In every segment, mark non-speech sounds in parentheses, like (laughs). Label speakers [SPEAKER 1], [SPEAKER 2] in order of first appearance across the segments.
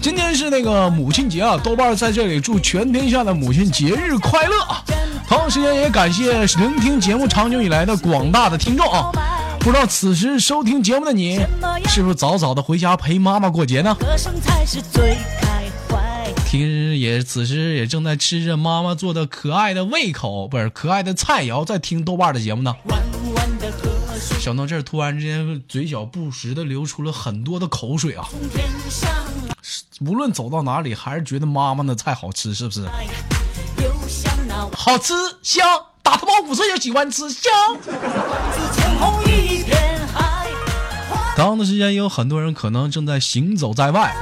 [SPEAKER 1] 这个母亲节啊，豆瓣在这里祝全天下的母亲节日快乐啊！同样时间也感谢聆听节目长久以来的广大的听众啊！不知道此时收听节目的你，是不是早早的回家陪妈妈过节呢？
[SPEAKER 2] 歌声才是最开怀。
[SPEAKER 1] 平时也此时也正在吃着妈妈做的可爱的胃口，不是可爱的菜肴，在听豆瓣的节目呢。
[SPEAKER 2] 弯弯的河水
[SPEAKER 1] 想到这儿，突然之间嘴角不时的流出了很多的口水啊！
[SPEAKER 2] 从天上
[SPEAKER 1] 无论走到哪里，还是觉得妈妈的菜好吃，是不是？
[SPEAKER 2] 来，又像那王
[SPEAKER 1] 好吃香，打他猫骨髓就喜欢吃香。
[SPEAKER 2] 子千红一片海。
[SPEAKER 1] 同样的时间，也有很多人可能正在行走在外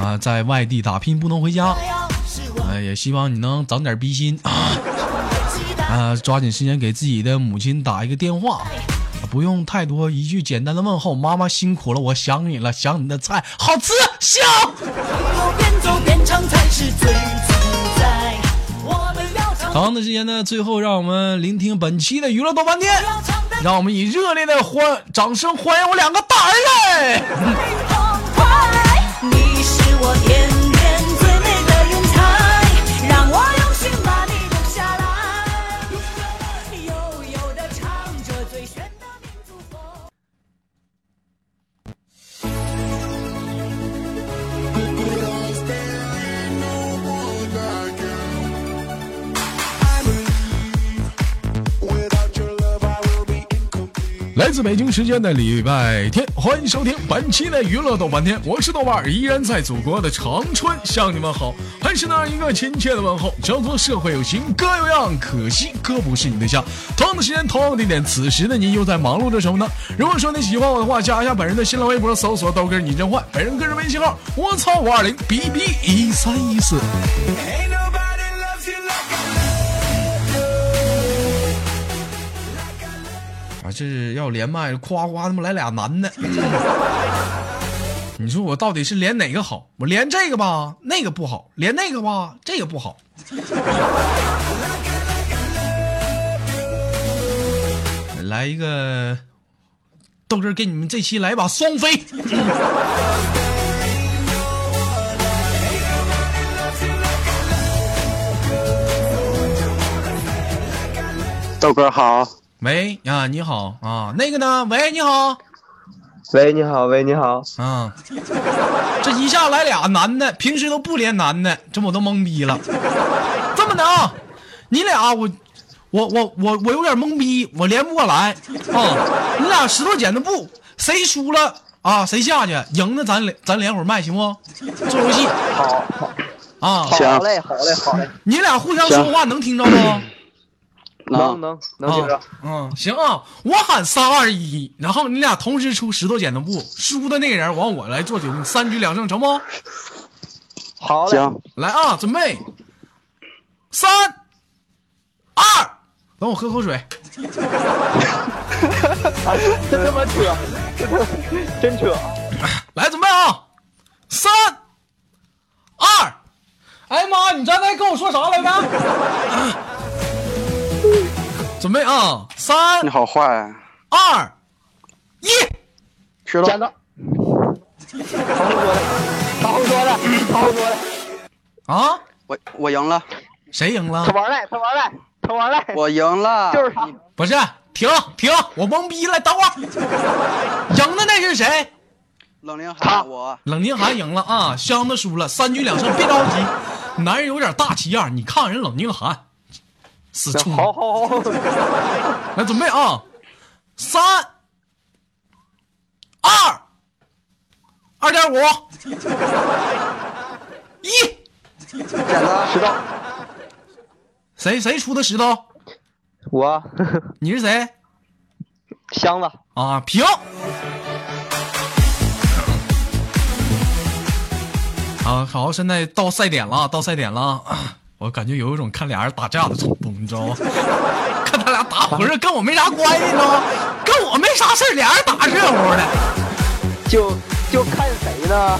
[SPEAKER 1] 啊、在外地打拼不能回家，
[SPEAKER 2] 花样是我
[SPEAKER 1] 呃，也希望你能长点逼心啊、
[SPEAKER 2] 期待。
[SPEAKER 1] 呃抓紧时间给自己的母亲打一个电话，啊不用太多，一句简单的问候：“妈妈辛苦了，我想你了，想你的菜好吃香。
[SPEAKER 2] 朋友边走边唱才是最自在。我们要”唱，
[SPEAKER 1] 同样的时间呢，最后让我们聆听本期的娱乐豆瓣天，
[SPEAKER 2] 要唱的
[SPEAKER 1] 让我们以热烈的欢掌声欢迎我两个大儿子。
[SPEAKER 2] 最痛快。你是我天边最美的云彩，让我用心把你留下来。悠悠的唱着最炫的民族风。
[SPEAKER 3] Without your love, I will be incomplete.
[SPEAKER 1] 来自北京时间的礼拜天，欢迎收听本期的娱乐豆瓣天，我是豆瓣儿，依然在祖国的长春向你们好，还是那一个亲切的问候。叫做社会有型，哥有样，可惜哥不是你对象。同样的时间，同样的地点，此时的你又在忙碌着什么呢？如果说你喜欢我的话，加一下本人的新浪微博，搜索豆哥儿你真坏，本人个人微信号我操五二零 b b 一三一四。
[SPEAKER 3] Ain't nobody loves you like I love.
[SPEAKER 1] 啊，这是要连麦，夸夸他妈来俩男的。 (laughs) 你说我到底是连哪个好？我连这个吧，那个不好；连那个吧，这个不好。来一个，豆哥给你们这期来把双飞。
[SPEAKER 4] 豆哥好，
[SPEAKER 1] 喂啊，你好啊，那个呢？喂，你好
[SPEAKER 4] 喂，你好，喂，你好，
[SPEAKER 1] 啊，这一下来俩男的，平时都不连男的，这我都懵逼了。这么的啊，你俩我，我我我我有点懵逼，我连不过来啊。你俩石头剪子布，谁输了啊谁下去，赢的咱连咱连会儿麦行不？做游戏
[SPEAKER 4] 好，
[SPEAKER 1] 啊，
[SPEAKER 4] 好，好嘞，好嘞，好嘞，
[SPEAKER 1] 你俩互相说话能听着不？
[SPEAKER 4] 能能能听着
[SPEAKER 1] 啊，嗯，行啊，我喊三二一，然后你俩同时出石头剪子布，输的那个人完我来做决定，三局两胜成不？
[SPEAKER 4] 好嘞，
[SPEAKER 5] 行，
[SPEAKER 1] 来啊，准备，三，二，等我喝口水。
[SPEAKER 4] 真他妈扯，真扯，
[SPEAKER 1] 来，准备啊，三，二，哎呀妈，你刚才跟我说啥来着？准备啊，三
[SPEAKER 5] 你好坏，
[SPEAKER 1] 二一，
[SPEAKER 5] 知
[SPEAKER 4] 剪
[SPEAKER 5] 道
[SPEAKER 4] 子，好好说的，好好说的，好好说的，
[SPEAKER 1] 啊，
[SPEAKER 5] 我我赢了，
[SPEAKER 1] 谁赢了
[SPEAKER 4] 他？玩赖，他玩赖，他玩赖，
[SPEAKER 5] 我赢了，
[SPEAKER 4] 就是他，
[SPEAKER 1] 不是，停停，我懵逼了，等会儿，赢的那是谁？
[SPEAKER 5] 冷凌
[SPEAKER 4] 他
[SPEAKER 5] 寒，我
[SPEAKER 1] 冷静寒赢了啊，箱子输了，三局两胜，别着急，男人有点大气样，你看人冷静寒，死冲，
[SPEAKER 4] 好好好，
[SPEAKER 1] 来准备啊，三，二，二点五，一，
[SPEAKER 5] 剪子
[SPEAKER 4] 知道，
[SPEAKER 1] 谁谁出的石头？
[SPEAKER 4] 我
[SPEAKER 1] 你是谁？
[SPEAKER 4] 箱子，
[SPEAKER 1] 啊，平。啊，好，现在到赛点了，到赛点了，啊 (clears throat) 我感觉有一种看俩人打架的冲动，你知道吗？ (laughs) 看他俩打火热，跟我没啥关系，你知道吗？跟我没啥事儿俩人打热乎的。
[SPEAKER 4] 就就看谁呢？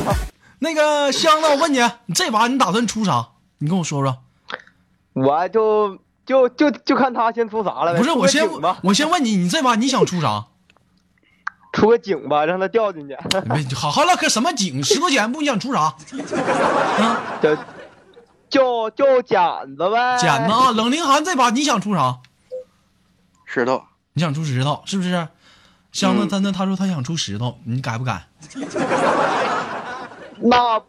[SPEAKER 1] 那个箱子，我问你，你这把你打算出啥？你跟我说说。
[SPEAKER 4] 我就就哎就就看他先出啥了呗，
[SPEAKER 1] 不是，
[SPEAKER 4] 出个
[SPEAKER 1] 我先
[SPEAKER 4] 井吧，
[SPEAKER 1] 我先问你，你这把你想出啥？
[SPEAKER 4] 出个井吧，让他掉进去。
[SPEAKER 1] (laughs) 没好好唠嗑，什么井？十块钱不你想出
[SPEAKER 4] (laughs) 哎
[SPEAKER 1] 啥？啊，
[SPEAKER 4] 叫叫叫剪子呗，
[SPEAKER 1] 剪子啊！冷凌寒这把你想出啥？
[SPEAKER 5] 石头，
[SPEAKER 1] 你想出石头是不是？箱子
[SPEAKER 5] 嗯
[SPEAKER 1] 他那他说他想出石头，你敢不敢？
[SPEAKER 4] 那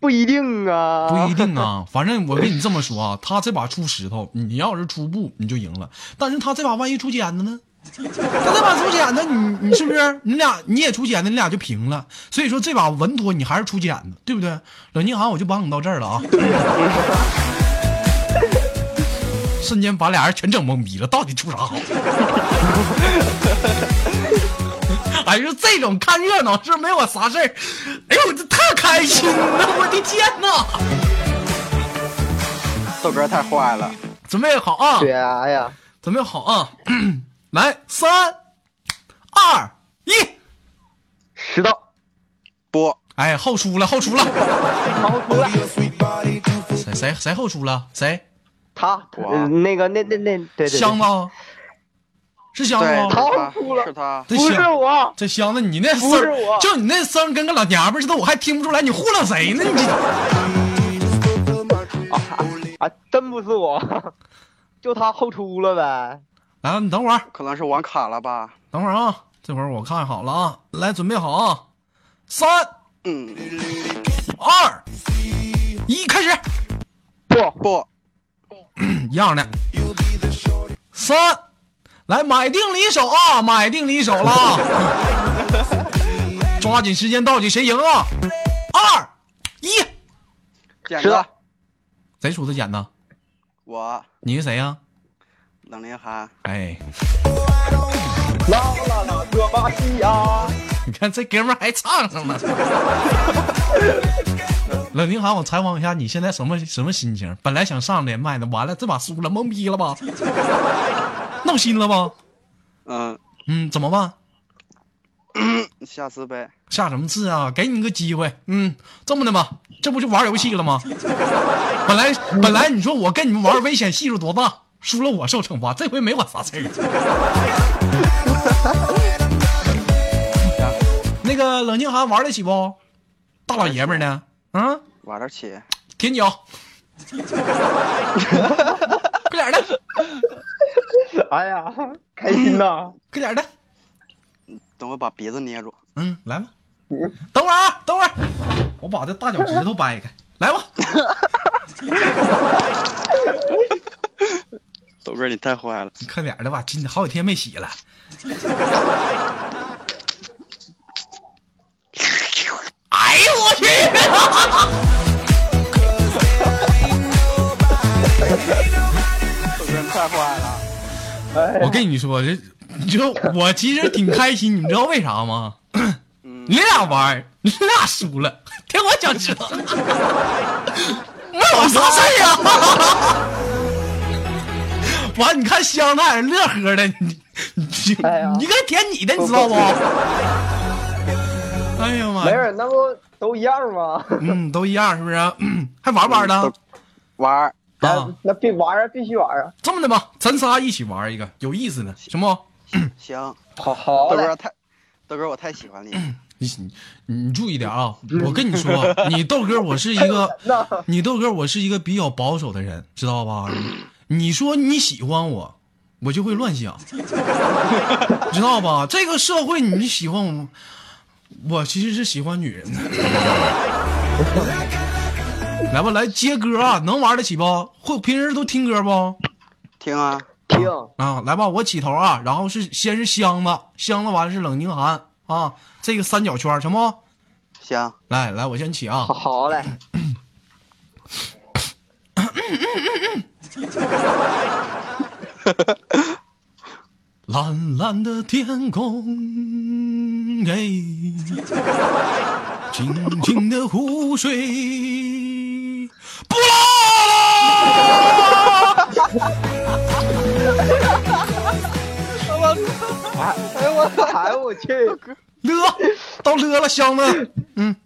[SPEAKER 4] 不一定啊，
[SPEAKER 1] 不一定啊，反正我跟你这么说啊，他这把出石头，你要是出布你就赢了，但是他这把万一出剪子呢？他这把出剪子，你你是不是你俩你也出剪子，你俩就平了。所以说这把稳妥你还是出剪子，对不对？冷静涵，我就帮你到这儿了啊。瞬间把俩人全整懵逼了，到底出啥好？ (laughs) 哎，说这种看热闹是没我啥事儿，哎呦，我这特开心呐！我的天呐！
[SPEAKER 5] 豆哥太坏了，
[SPEAKER 1] 准备好啊！
[SPEAKER 4] 对啊，哎呀，
[SPEAKER 1] 准备好啊！ (clears throat) 来，三、二、一，
[SPEAKER 4] 石头，
[SPEAKER 5] 波
[SPEAKER 1] 哎，后出了，后出了，
[SPEAKER 4] 然后出来，
[SPEAKER 1] 谁谁谁后出了？谁？
[SPEAKER 4] 他，
[SPEAKER 5] 我
[SPEAKER 4] 呃那个那那那对对对，
[SPEAKER 1] 箱子啊？是箱子
[SPEAKER 5] 对，
[SPEAKER 1] 吗？
[SPEAKER 4] 他
[SPEAKER 5] 是
[SPEAKER 4] 哭了
[SPEAKER 5] 是他，
[SPEAKER 1] 这
[SPEAKER 4] 不是
[SPEAKER 1] 箱
[SPEAKER 4] 我，啊
[SPEAKER 1] 这箱子，你那声
[SPEAKER 4] 不是
[SPEAKER 1] 儿
[SPEAKER 4] 我
[SPEAKER 1] 就你那声儿跟个老娘们儿似的，我还听不出来你糊弄谁呢？你这
[SPEAKER 4] 啊，真不是我， (laughs) 就他后出了呗，
[SPEAKER 1] 来，你等会儿，
[SPEAKER 5] 可能是网卡了吧？
[SPEAKER 1] 等会儿啊！这会儿我看好了啊！来，准备好啊！三、
[SPEAKER 5] 嗯，
[SPEAKER 1] 二、一，开始，
[SPEAKER 4] 不，
[SPEAKER 5] 不，
[SPEAKER 1] 一样的。三，来买定离手啊，买定离手了啊， (laughs) 抓紧时间到底谁赢啊？二一，
[SPEAKER 5] 剪
[SPEAKER 4] 石
[SPEAKER 5] 子
[SPEAKER 4] 头，
[SPEAKER 1] 谁出的剪呢？
[SPEAKER 5] 我
[SPEAKER 1] 你是谁呀、
[SPEAKER 5] 冷凌寒，
[SPEAKER 1] 哎，
[SPEAKER 4] 啦啦啦，热巴西啊呀，
[SPEAKER 1] 你看这哥们儿还唱上了。 (laughs) 冷凌寒，我采访一下，你现在什么什么心情？本来想上连麦的，完了这把输了，懵逼了吧？闹心了吧？
[SPEAKER 5] 嗯，
[SPEAKER 1] 嗯，怎么办？
[SPEAKER 5] 下次呗，
[SPEAKER 1] 下什么次啊？给你个机会，嗯，这么的吧，这不就玩游戏了吗？本来本来你说我跟你们玩危险系数多大，输了我受惩罚，这回没我啥事儿。那个冷静涵玩得起不？大老爷们儿呢？啊，
[SPEAKER 5] 玩得起，
[SPEAKER 1] 舔脚，快点儿的，
[SPEAKER 4] 哎呀，开心呐，
[SPEAKER 1] 快点儿的，
[SPEAKER 5] 等我把鼻子捏住，
[SPEAKER 1] 嗯，来吧，等会儿啊，等会儿，我把这大脚趾头掰开，来吧。
[SPEAKER 5] 豆哥你太坏了，
[SPEAKER 1] 快点儿的吧，今好几天没洗了。哎呦我去！
[SPEAKER 5] 豆哥你太坏了，
[SPEAKER 1] 我跟你说，这你说我其实挺开心，你知道为啥吗？你俩玩儿，你俩输了， (laughs) 听我讲知道，没我啥事儿啊。完，你看香奈儿乐呵的，你你你
[SPEAKER 4] 哎呀
[SPEAKER 1] 你该舔你的，你知道不？哎呀妈！
[SPEAKER 4] 没
[SPEAKER 1] 呀！
[SPEAKER 4] 事，那不都一样吗？
[SPEAKER 1] 嗯，都一样是不是？ (clears throat) 还玩不玩呢
[SPEAKER 5] 嗯？玩儿，
[SPEAKER 4] (laughs)
[SPEAKER 1] 啊，
[SPEAKER 4] 那必玩啊，必须玩啊，
[SPEAKER 1] 这么的吧，咱仨一起玩一个，有意思的，行不？
[SPEAKER 5] 行，
[SPEAKER 4] 好好
[SPEAKER 5] 豆
[SPEAKER 4] 嘞
[SPEAKER 5] 哥，太，豆哥我太喜
[SPEAKER 4] (clears throat)
[SPEAKER 5] 欢你，
[SPEAKER 1] 你你你注意点啊！我跟你
[SPEAKER 4] (laughs)
[SPEAKER 1] 说，你豆哥我是一个，
[SPEAKER 4] 嗯那
[SPEAKER 1] 你豆哥我是一个比较保守的人，知道吧？你说你喜欢我，我就会乱
[SPEAKER 4] (laughs)
[SPEAKER 1] 想，知道吧？这个社会你喜欢我，我其实是喜欢女人的。 (laughs) 来吧，来接歌啊！能玩得起不？会平时都听歌不？
[SPEAKER 5] 听啊，
[SPEAKER 4] 听，
[SPEAKER 1] 啊，来吧，我起头啊，然后是先是箱子，箱子完了是冷凝寒啊，这个三角圈行不？
[SPEAKER 5] 行，
[SPEAKER 1] 来来，我先起啊
[SPEAKER 4] 好，好嘞，
[SPEAKER 1] 蓝蓝的天空，哎，清清的湖水，不啦啦。
[SPEAKER 4] 哎呦我，哎呦我去，
[SPEAKER 1] 了，到了了，箱子，嗯，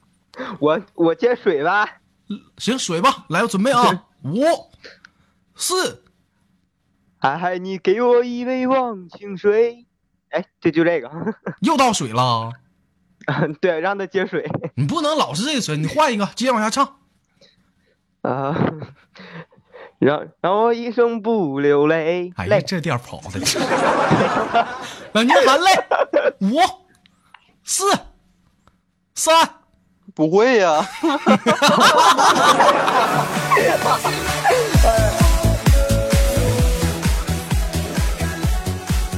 [SPEAKER 4] 我我接水呗，
[SPEAKER 1] 行，水吧，来，我准备啊，五、四、
[SPEAKER 4] 哎，你给我一杯忘情水，哎，就就这个， (laughs)
[SPEAKER 1] 又倒水了，
[SPEAKER 4] 对，让他接水
[SPEAKER 1] 你不能老是这个水，你换一个，接着往下唱。
[SPEAKER 4] 啊。 (laughs) 让让我一生不流泪，
[SPEAKER 1] 哎呀，
[SPEAKER 4] 泪
[SPEAKER 1] 这调跑的，冷静含泪，五、四、三。
[SPEAKER 5] 不会呀、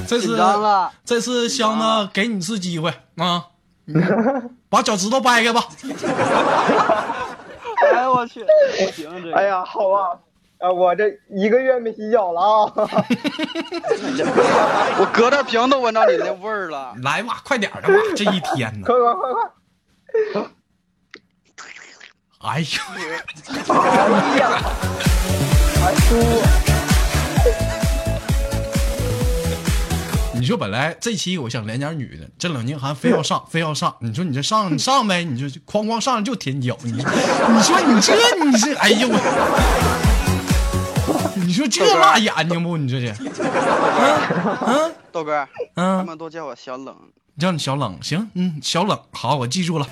[SPEAKER 1] 这次
[SPEAKER 5] 紧张啊了
[SPEAKER 1] 这次箱子给你一次机会
[SPEAKER 5] (laughs)
[SPEAKER 1] 啊，把脚趾头掰开吧。
[SPEAKER 5] 哎我去，不行这个，
[SPEAKER 4] 哎呀，好啊，啊，我这一个月没洗脚了啊。 (laughs)
[SPEAKER 5] 我隔着屏都闻着你那味儿了。
[SPEAKER 1] 来吧，快点儿的吧，这一天呢，
[SPEAKER 4] 快快快快！
[SPEAKER 1] 哎呦，你说本来这期我想连点女的，这冷静涵非要上，非要上。你说你这上你上呗，你就哐哐上就舔脚，你你说你这你这，哎呦我，你说这辣眼睛不？你这是，嗯
[SPEAKER 5] 豆哥儿，
[SPEAKER 1] 嗯
[SPEAKER 5] 他
[SPEAKER 1] 嗯，
[SPEAKER 5] 们都叫我小冷，
[SPEAKER 1] 叫你小冷行，嗯，小冷好，我记住了。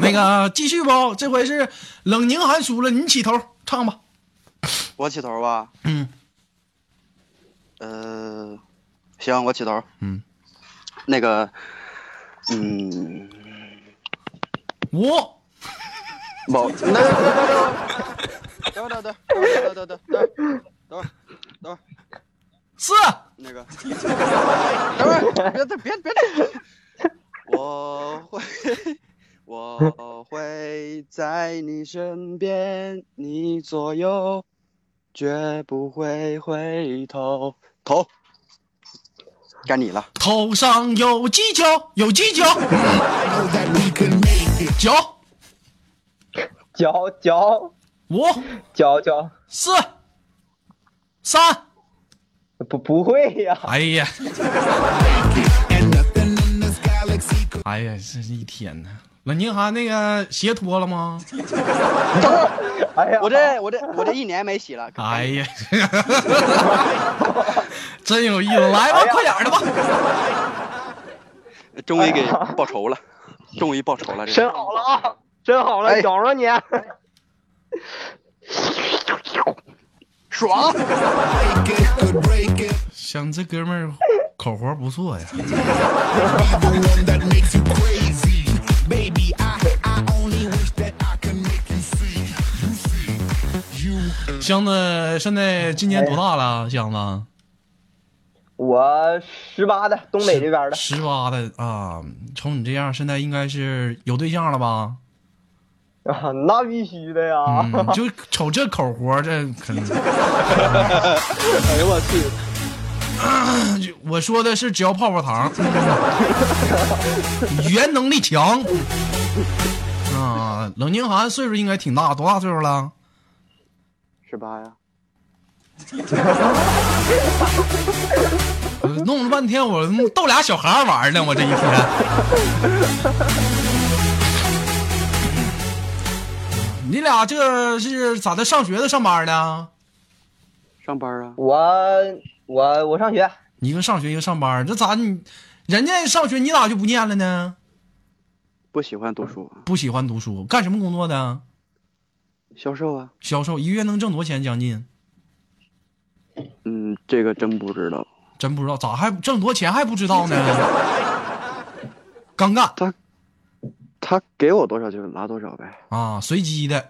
[SPEAKER 1] 那个继续不？这回是冷凝寒输了，你起头唱吧。
[SPEAKER 5] 我起头吧。
[SPEAKER 1] 嗯，
[SPEAKER 5] 呃，行，我起头。
[SPEAKER 1] 嗯，
[SPEAKER 5] 那个，嗯，
[SPEAKER 1] 五
[SPEAKER 5] 某，那等等等等等等等等等会儿，等会儿，
[SPEAKER 1] 四
[SPEAKER 5] 那个， (laughs) 等会儿，别别别别 (laughs) 我会，我会在你身边，你左右，绝不会回头。头，该你了。
[SPEAKER 1] 头上有犄角，有犄角。九
[SPEAKER 4] 脚脚
[SPEAKER 1] 五
[SPEAKER 4] 脚脚，
[SPEAKER 1] 四三，
[SPEAKER 4] 不不会呀、
[SPEAKER 1] 哎呀，哎呀，这是一天呢。冷凝寒那个鞋脱了吗？
[SPEAKER 4] 哎呀，
[SPEAKER 5] 我这我这我这一年没洗了。
[SPEAKER 1] 哎呀， (laughs) 真有意思，来吧，快点儿的吧。
[SPEAKER 5] 终于给报仇了，终于报仇了。这
[SPEAKER 4] 真
[SPEAKER 5] 个
[SPEAKER 4] 好了啊，真好了，
[SPEAKER 5] 哎
[SPEAKER 4] 咬着你。啊
[SPEAKER 5] 爽，
[SPEAKER 1] 像这哥们儿口活不错呀，箱子现在今年多大了？箱子
[SPEAKER 4] (laughs) 我十八的，东北这边的，
[SPEAKER 1] 十八的啊，瞅你这样，现在应该是有对象了吧？
[SPEAKER 5] 哎
[SPEAKER 4] 啊，那必须的呀。 (laughs)
[SPEAKER 1] 嗯，就瞅这口活，这肯定。
[SPEAKER 5] 哎呦我去，
[SPEAKER 1] 我说的是只要泡泡糖，语言能力强。啊，冷凝寒岁数应该挺大，多大岁数了？
[SPEAKER 5] 十八呀，
[SPEAKER 1] 我弄了半天，我逗俩小孩儿玩儿呢，我这一天。你俩这是咋的？上学的，上班呢？
[SPEAKER 5] 上班啊，
[SPEAKER 4] 我我我上学，
[SPEAKER 1] 你一个上学，一个上班，这咋你？人家上学，你咋就不念了呢？
[SPEAKER 5] 不喜欢读书，啊
[SPEAKER 1] 不喜欢读书，干什么工作的？
[SPEAKER 5] 销售啊，
[SPEAKER 1] 销售，一个月能挣多少钱？将近？
[SPEAKER 5] 嗯，这个真不知道。
[SPEAKER 1] 真不知道，咋还挣多少钱还不知道呢？刚干
[SPEAKER 5] 他给我多少就拿多少呗。
[SPEAKER 1] 啊，随机的，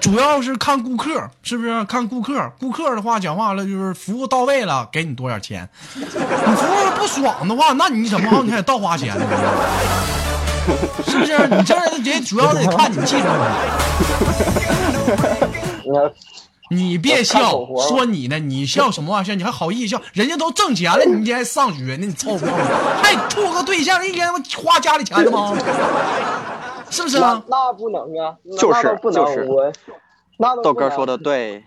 [SPEAKER 1] 主要是看顾客是不是？看顾客，顾客的话讲话了，就是服务到位了，给你多少钱？你服务不爽的话，那你怎么好？你还得倒花钱呢？是不是？你这人得主要得看你技术问题。
[SPEAKER 4] 我
[SPEAKER 1] 你别
[SPEAKER 4] 看
[SPEAKER 1] 笑
[SPEAKER 4] 口，活
[SPEAKER 1] 说你呢？你笑什么玩意儿？你还好意思笑？人家都挣钱了，你这还上学呢？你臭不要脸！还处个对象，一天花家里钱了
[SPEAKER 4] (laughs)
[SPEAKER 1] 吗？是不是啊
[SPEAKER 4] 那？那不能啊，那
[SPEAKER 5] 就是
[SPEAKER 4] 那倒不能，
[SPEAKER 5] 就是
[SPEAKER 4] 我那都
[SPEAKER 5] 豆
[SPEAKER 4] 不
[SPEAKER 5] 哥
[SPEAKER 4] 能
[SPEAKER 5] 说，的对，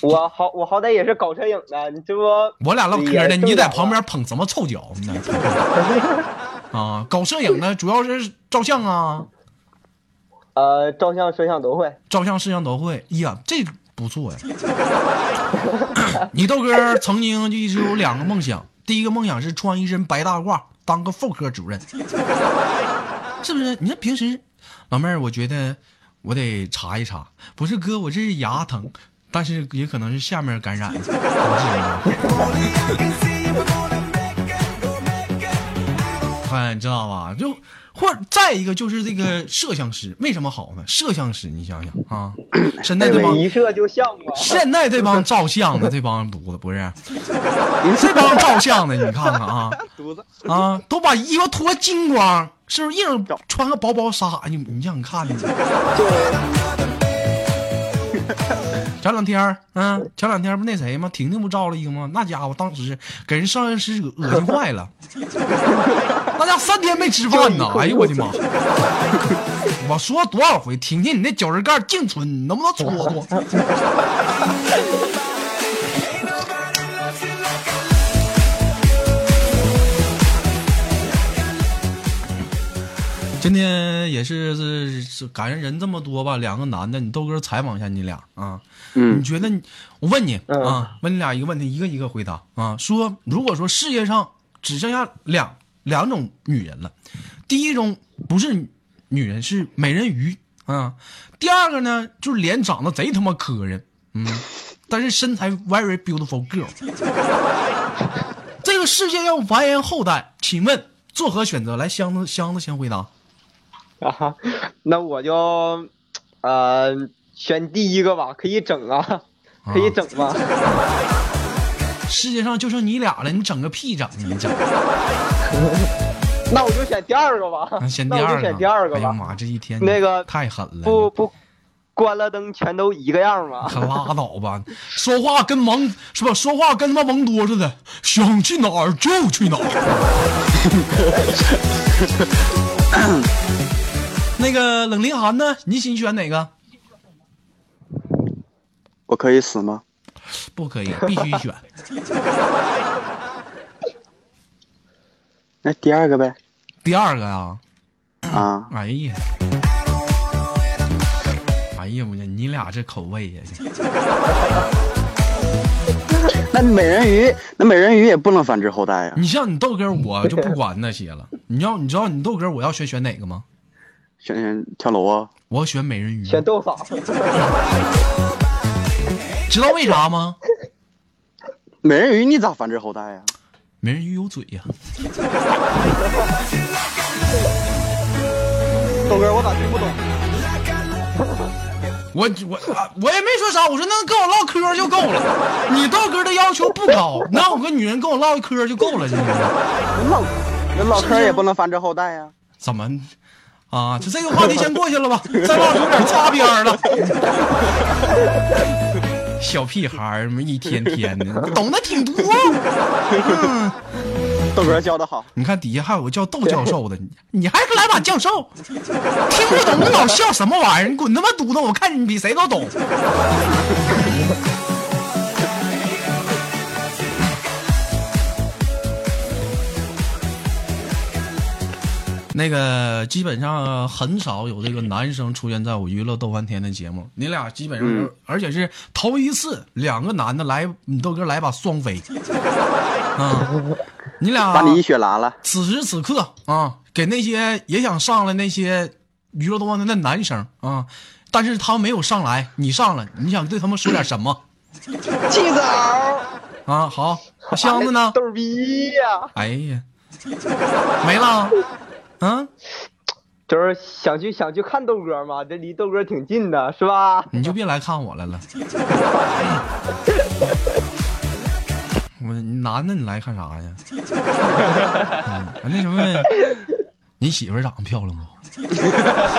[SPEAKER 4] 我好我好歹也是搞摄影的，你这不
[SPEAKER 1] 我俩唠嗑
[SPEAKER 4] 也啊
[SPEAKER 1] 呢，
[SPEAKER 4] 正
[SPEAKER 1] 你在
[SPEAKER 4] 常
[SPEAKER 1] 旁边捧什么臭脚呢？ (laughs) 啊，搞摄影呢，主要是照相啊，
[SPEAKER 4] 呃照相摄像都会，
[SPEAKER 1] 照相摄像都会。哎呀，这不错呀、你豆哥曾经就一直有两个梦想，第一个梦想是穿一身白大褂当个副科主任， (laughs) 是不是？你这平时，老妹儿，我觉得我得查一查，不是哥，我这是牙疼，但是也可能是下面感染导 (laughs) 致的。看，知道吧？就或者再一个就是这个摄像师，为什么好呢？摄像师，你想想啊，现在
[SPEAKER 4] 那
[SPEAKER 1] 对
[SPEAKER 4] 位
[SPEAKER 1] 方
[SPEAKER 4] 一射就像
[SPEAKER 1] (laughs)
[SPEAKER 4] 吗？
[SPEAKER 1] 现在这帮照相的，这帮犊子不是，这帮照相的，你看看啊
[SPEAKER 5] 犊子，
[SPEAKER 1] 啊，都把衣服脱精光，是不是？一人穿个薄薄纱，你你让你看你。前两天儿，嗯，前两天不那谁吗？婷婷不照了一个吗？那家伙当时给人上任师恶心坏了，那家三天没吃饭呢。哎呦我的妈！我说多少回，婷婷，你那脚趾盖净存，你能不能搓搓？今天也是是是赶上人这么多吧，两个男的，你豆哥采访一下你俩啊。
[SPEAKER 4] 嗯
[SPEAKER 1] 你觉得你？我问你、
[SPEAKER 4] 嗯
[SPEAKER 1] 啊，问你俩一个问题，一个一个回答啊。说如果说世界上只剩下两两种女人了，第一种不是女人，是美人鱼啊。第二个呢，就是脸长得贼他妈磕碜，嗯，但是身材 very beautiful girl。这个世界要繁衍后代，请问作何选择？来，箱子箱子先回答。
[SPEAKER 4] 啊哈，那我就，呃，选第一个吧，可以整啊，可以整
[SPEAKER 1] (laughs)
[SPEAKER 4] 吧。
[SPEAKER 1] 世界上就剩你俩了，你整个屁整！啊你
[SPEAKER 4] (laughs)
[SPEAKER 1] 整，
[SPEAKER 4] 那我就选第二个吧，
[SPEAKER 1] 那啊先第
[SPEAKER 4] 那我
[SPEAKER 1] 二
[SPEAKER 4] 就
[SPEAKER 1] 个，
[SPEAKER 4] 选第二个
[SPEAKER 1] 哎呀
[SPEAKER 4] 吧。
[SPEAKER 1] 妈，这一天
[SPEAKER 4] 那个
[SPEAKER 1] 太狠了，
[SPEAKER 4] 不不，关了灯全都一个样吗？
[SPEAKER 1] 可拉倒吧，说话跟蒙是吧？说话跟他妈蒙多似的，想去哪儿就去哪儿。 (laughs) 那个冷凌寒呢？你心选哪个？
[SPEAKER 5] 我可以死吗？
[SPEAKER 1] 不可以，必须选。 (laughs)
[SPEAKER 5] 那第二个呗。
[SPEAKER 1] 第二个呀、
[SPEAKER 5] 啊，
[SPEAKER 1] 哎呀，哎呀，我这你俩这口味呀，
[SPEAKER 5] 那美人鱼，那美人鱼也不能繁殖后代呀。
[SPEAKER 1] (laughs) 你像你豆哥，我就不管那些了。 (laughs) 你要你知道你豆哥我要选选哪个吗？
[SPEAKER 5] 选选跳楼啊！
[SPEAKER 1] 我要选美人鱼，
[SPEAKER 4] 选豆嫂，
[SPEAKER 1] 知道为啥吗？
[SPEAKER 5] 美人鱼你咋繁殖后代呀？
[SPEAKER 1] 美人鱼有嘴呀、
[SPEAKER 4] 豆哥我咋听不懂？
[SPEAKER 1] 我我啊我也没说啥，我说能跟我唠嗑就够了。你豆哥的要求不
[SPEAKER 4] (laughs)
[SPEAKER 1] 高，能有个女人跟我唠一嗑就够了，这是
[SPEAKER 5] 人老人老坑也不能繁殖后代呀。
[SPEAKER 1] 怎么啊？就这个话题先过去
[SPEAKER 4] (laughs)
[SPEAKER 1] 了吧，再唠有点擦边儿了。 (laughs) 小屁孩儿们一天天的，懂得挺多。
[SPEAKER 5] 豆哥教的好，
[SPEAKER 1] 你看底下还有个叫窦教
[SPEAKER 5] (laughs)
[SPEAKER 1] 授的，你你还来把教授，听不懂你老笑什么玩意儿？你滚他妈犊子！我看你比谁都懂。那个基本上很少有这个男生出现在我娱乐逗翻天的节目，你俩基本上
[SPEAKER 5] 嗯
[SPEAKER 1] 是，而且是头一次两个男的来，你豆哥来把双飞，
[SPEAKER 5] (laughs)
[SPEAKER 1] 啊、你俩
[SPEAKER 5] 把你一血拉了。
[SPEAKER 1] 此时此刻啊，给那些也想上来那些娱乐多的那男生啊，但是他们没有上来，你上来，你想对他们说点什么
[SPEAKER 4] 气枣，
[SPEAKER 1] 啊？好，那箱子呢？
[SPEAKER 4] 哎逗逼呀，
[SPEAKER 1] 哎呀，没了，嗯、
[SPEAKER 4] 就是想去想去看豆哥嘛，这离豆哥挺近的，是吧？
[SPEAKER 1] 你就别来看我来了。 (laughs) 我男的你来看啥呀？嗯、那什么，你媳妇儿长得漂亮不？ (laughs)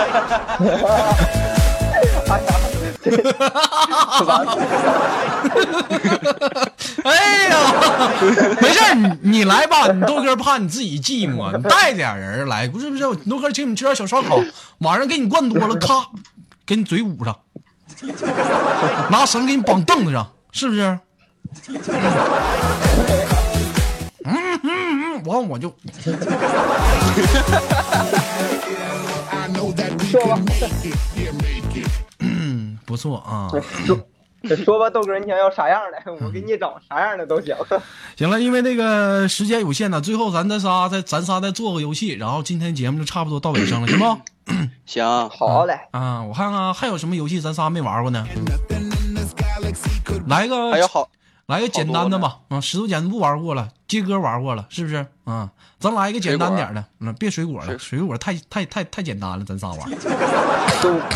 [SPEAKER 1] 哎呀，没事儿，你你来吧，你豆哥怕你自己寂寞，你带点人来，不是不是，我豆哥请你吃点小烧烤，晚上给你灌多了，咔，给你嘴捂上，拿绳给你绑凳子上，是不是？ (laughs) 嗯嗯嗯，完我就
[SPEAKER 4] 说吧，
[SPEAKER 1] 不错啊， (laughs)
[SPEAKER 4] 说说吧，豆哥，你想要啥样的？我给你找啥样的都行。
[SPEAKER 1] 行了，因为那个时间有限呢，最后咱再仨再咱仨再做个游戏，然后今天节目就差不多到尾声了， (coughs) 行不？
[SPEAKER 5] 行，
[SPEAKER 4] 好嘞，
[SPEAKER 1] 啊，我看看还有什么游戏咱仨没玩过呢？来个，
[SPEAKER 5] 还有好，
[SPEAKER 1] 来个简单的吧。啊，石头剪子布玩过了，鸡哥玩过了，是不是？啊，咱来一个简单点的，嗯，别水果了，水果太太太太简单了，咱仨 (laughs) 玩。
[SPEAKER 4] 就
[SPEAKER 1] (clears throat)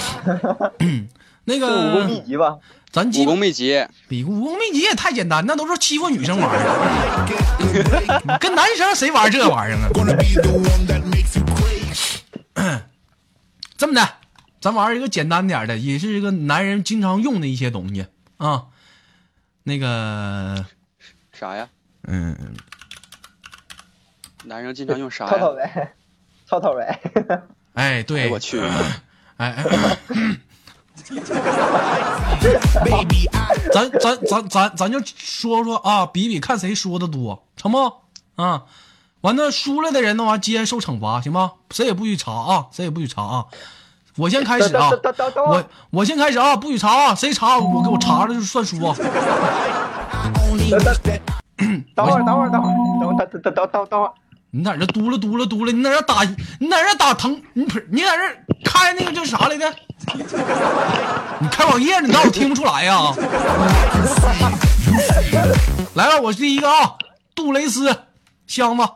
[SPEAKER 1] 那
[SPEAKER 4] 就武功
[SPEAKER 1] 个
[SPEAKER 4] 秘，籍吧。
[SPEAKER 1] 咱基
[SPEAKER 5] 武
[SPEAKER 1] 本
[SPEAKER 5] 功秘籍，
[SPEAKER 1] 比武功秘籍也太简单，那都是欺负女生玩意儿，你 (laughs) 跟男生谁玩这玩意儿啊？这么的，咱玩一个简单点儿的，也是一个男人经常用的一些东西啊。那个，
[SPEAKER 5] 啥呀？
[SPEAKER 1] 嗯，
[SPEAKER 5] 男生经常用啥
[SPEAKER 4] 草草
[SPEAKER 5] 呀？
[SPEAKER 4] 呗，草草呗。
[SPEAKER 1] 哎，对，
[SPEAKER 5] 哎我去，
[SPEAKER 1] 哎， (laughs) 哎，咱咱咱咱咱就说说啊，比比看谁说的多，成不？啊，完了输了的人的话，接受惩罚，行吗？谁也不许查啊，谁也不许查啊。我先开始啊
[SPEAKER 4] 等等等等，等会
[SPEAKER 1] 我
[SPEAKER 4] 儿
[SPEAKER 1] 我先开始啊，不许查啊，谁查我给我查了就算输啊。
[SPEAKER 4] 等会儿，等会儿，等会儿，等等等等等等会儿。
[SPEAKER 1] 你在这嘟噜嘟噜嘟噜，你在这打，你在这打腾，你不是你在这开那个叫啥来着？你开网页呢？你当我听不出来呀、 (laughs) 来吧，我是第一个啊，杜蕾斯箱子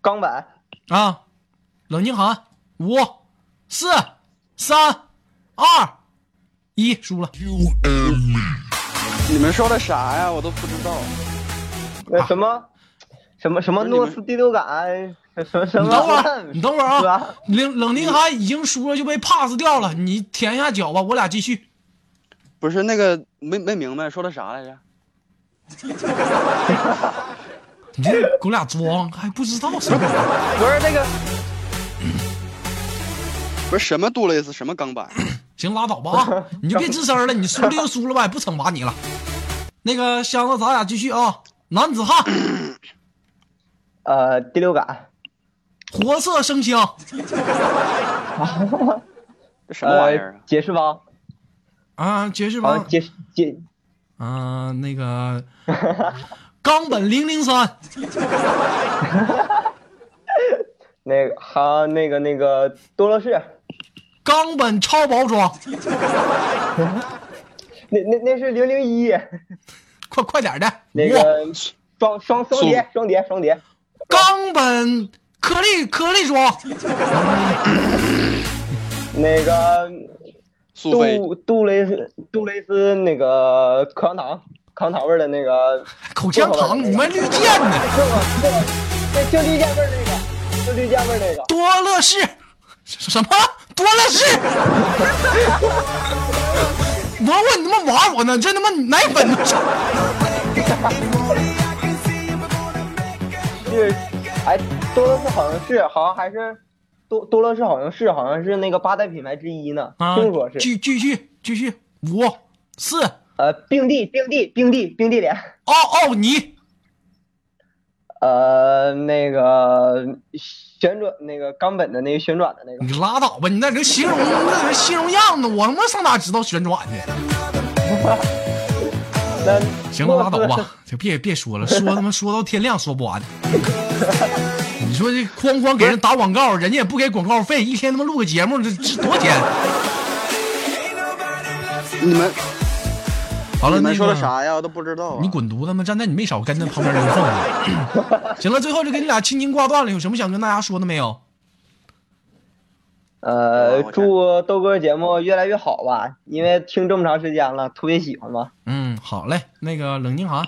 [SPEAKER 4] 钢板、
[SPEAKER 1] 啊，冷静喊五、四、三、二、一，输了。
[SPEAKER 5] 你们说的啥呀？我都不知道。
[SPEAKER 4] 那呃
[SPEAKER 1] 啊
[SPEAKER 4] 什么什么什么
[SPEAKER 5] 不是你
[SPEAKER 4] 诺
[SPEAKER 5] 们
[SPEAKER 4] 斯第六感，什么什
[SPEAKER 1] 你
[SPEAKER 4] 么？
[SPEAKER 1] 等会儿，你等会儿
[SPEAKER 4] 是
[SPEAKER 1] 啊
[SPEAKER 4] 吧，
[SPEAKER 1] 冷冷静涵已经输了就被 pass 掉了，你舔一下脚吧，我俩继续。
[SPEAKER 5] 不是那个没没明白说的啥来着？
[SPEAKER 1] 你这狗俩装还不知道什么。
[SPEAKER 4] 不是那个
[SPEAKER 5] 不是什么杜蕾斯，什么钢板，
[SPEAKER 1] 行，拉倒吧啊！你就别吱声了，你输了就输了呗，不惩罚你了。那个箱子，咱俩继续啊。男子汉，
[SPEAKER 4] 呃第六感，
[SPEAKER 1] 活色生香
[SPEAKER 5] 这什么玩意儿
[SPEAKER 4] 呃
[SPEAKER 5] 啊？
[SPEAKER 4] 解释吧，
[SPEAKER 1] 啊，爵士
[SPEAKER 4] 好
[SPEAKER 1] 王
[SPEAKER 4] 解释解
[SPEAKER 1] 啊，那个冈本零零三，
[SPEAKER 4] 那个还那个那个多乐士，
[SPEAKER 1] 冈本超薄装，
[SPEAKER 4] 那那那是零零一，
[SPEAKER 1] 快快点的。
[SPEAKER 4] 那
[SPEAKER 1] 五，
[SPEAKER 4] 个双双双叠双叠双叠，
[SPEAKER 1] 冈本颗粒颗粒装，
[SPEAKER 4] 那个
[SPEAKER 5] 苏菲
[SPEAKER 4] 杜杜蕾斯杜蕾斯那个口香糖口香糖味儿的那个，
[SPEAKER 1] 口香糖，你们绿箭呢？
[SPEAKER 4] 这个这个对就绿酱味儿那个，就绿酱味儿那个。
[SPEAKER 1] 多乐士，什么多乐士？ (laughs) 我我你他妈玩我呢？这他妈奶粉都上。
[SPEAKER 4] 是，哎，多乐士好像是，好像还是多多乐士好像是，好像是那个八大品牌之一呢，
[SPEAKER 1] 啊
[SPEAKER 4] 听说，是。
[SPEAKER 1] 继继续继续，五四哦
[SPEAKER 4] 呃，并蒂并蒂并蒂并蒂莲，
[SPEAKER 1] 奥奥尼
[SPEAKER 4] 呃，那个旋转那个冈本的那个旋转的那个，
[SPEAKER 1] 你拉倒吧！你那人形容那人形容样子，我他妈上哪知道旋转去？
[SPEAKER 4] 那
[SPEAKER 1] 行了，拉倒
[SPEAKER 4] 诺斯。
[SPEAKER 1] 吧，就别别说了，说他妈说到天亮说不完。 (laughs) 你说这哐哐给人打广告，人家也不给广告费，一天他妈录个节目，这这多少钱？
[SPEAKER 5] 你们
[SPEAKER 1] 好了，
[SPEAKER 5] 你们
[SPEAKER 1] 啊那
[SPEAKER 5] 说的
[SPEAKER 1] 个
[SPEAKER 5] 啥呀？我都不知道啊。
[SPEAKER 1] 你滚犊子嘛！站在你没少跟那旁边溜缝啊。 (laughs) 行了，最后就给你俩轻轻挂断了，有什么想跟大家说的没有？
[SPEAKER 4] 呃，
[SPEAKER 5] 我
[SPEAKER 4] 祝豆哥节目越来越好吧，因为听这么长时间了，特别喜欢吧。
[SPEAKER 1] 嗯，好嘞，那个冷静涵。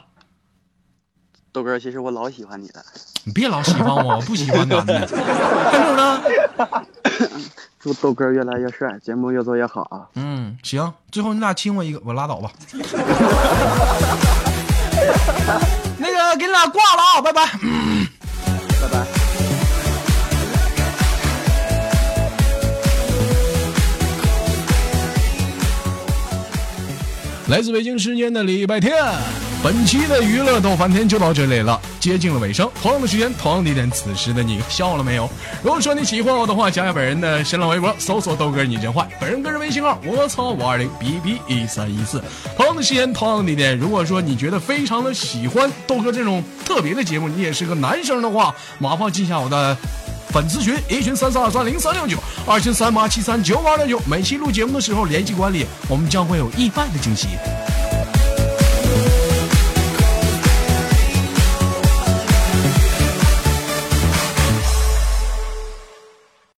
[SPEAKER 5] 豆哥，其实我老喜欢你了。
[SPEAKER 1] 你别老喜欢我，我不喜欢男的。还有呢？
[SPEAKER 5] 祝豆哥越来越帅，节目越做越好啊！
[SPEAKER 1] 嗯，行，最后你俩亲我一个，我拉倒吧。 (laughs) 那个，给你俩挂了啊，拜拜。
[SPEAKER 5] 拜拜。
[SPEAKER 1] 来自北京时间的礼拜天，本期的娱乐逗翻天就到这里了，接近了尾声。同样的时间，同样的地点，此时的你笑了没有？如果说你喜欢我的话，加下本人的新浪微博，搜索“豆哥你真坏”，本人个人微信号：我操五二零 b b 一三一四。同样的时间，同样的地点。如果说你觉得非常的喜欢豆哥这种特别的节目，你也是个男生的话，麻烦记下我的。粉丝群一群三三二三零三六九，二群三八七三九八六九。每期录节目的时候联系管理，我们将会有意外的惊喜。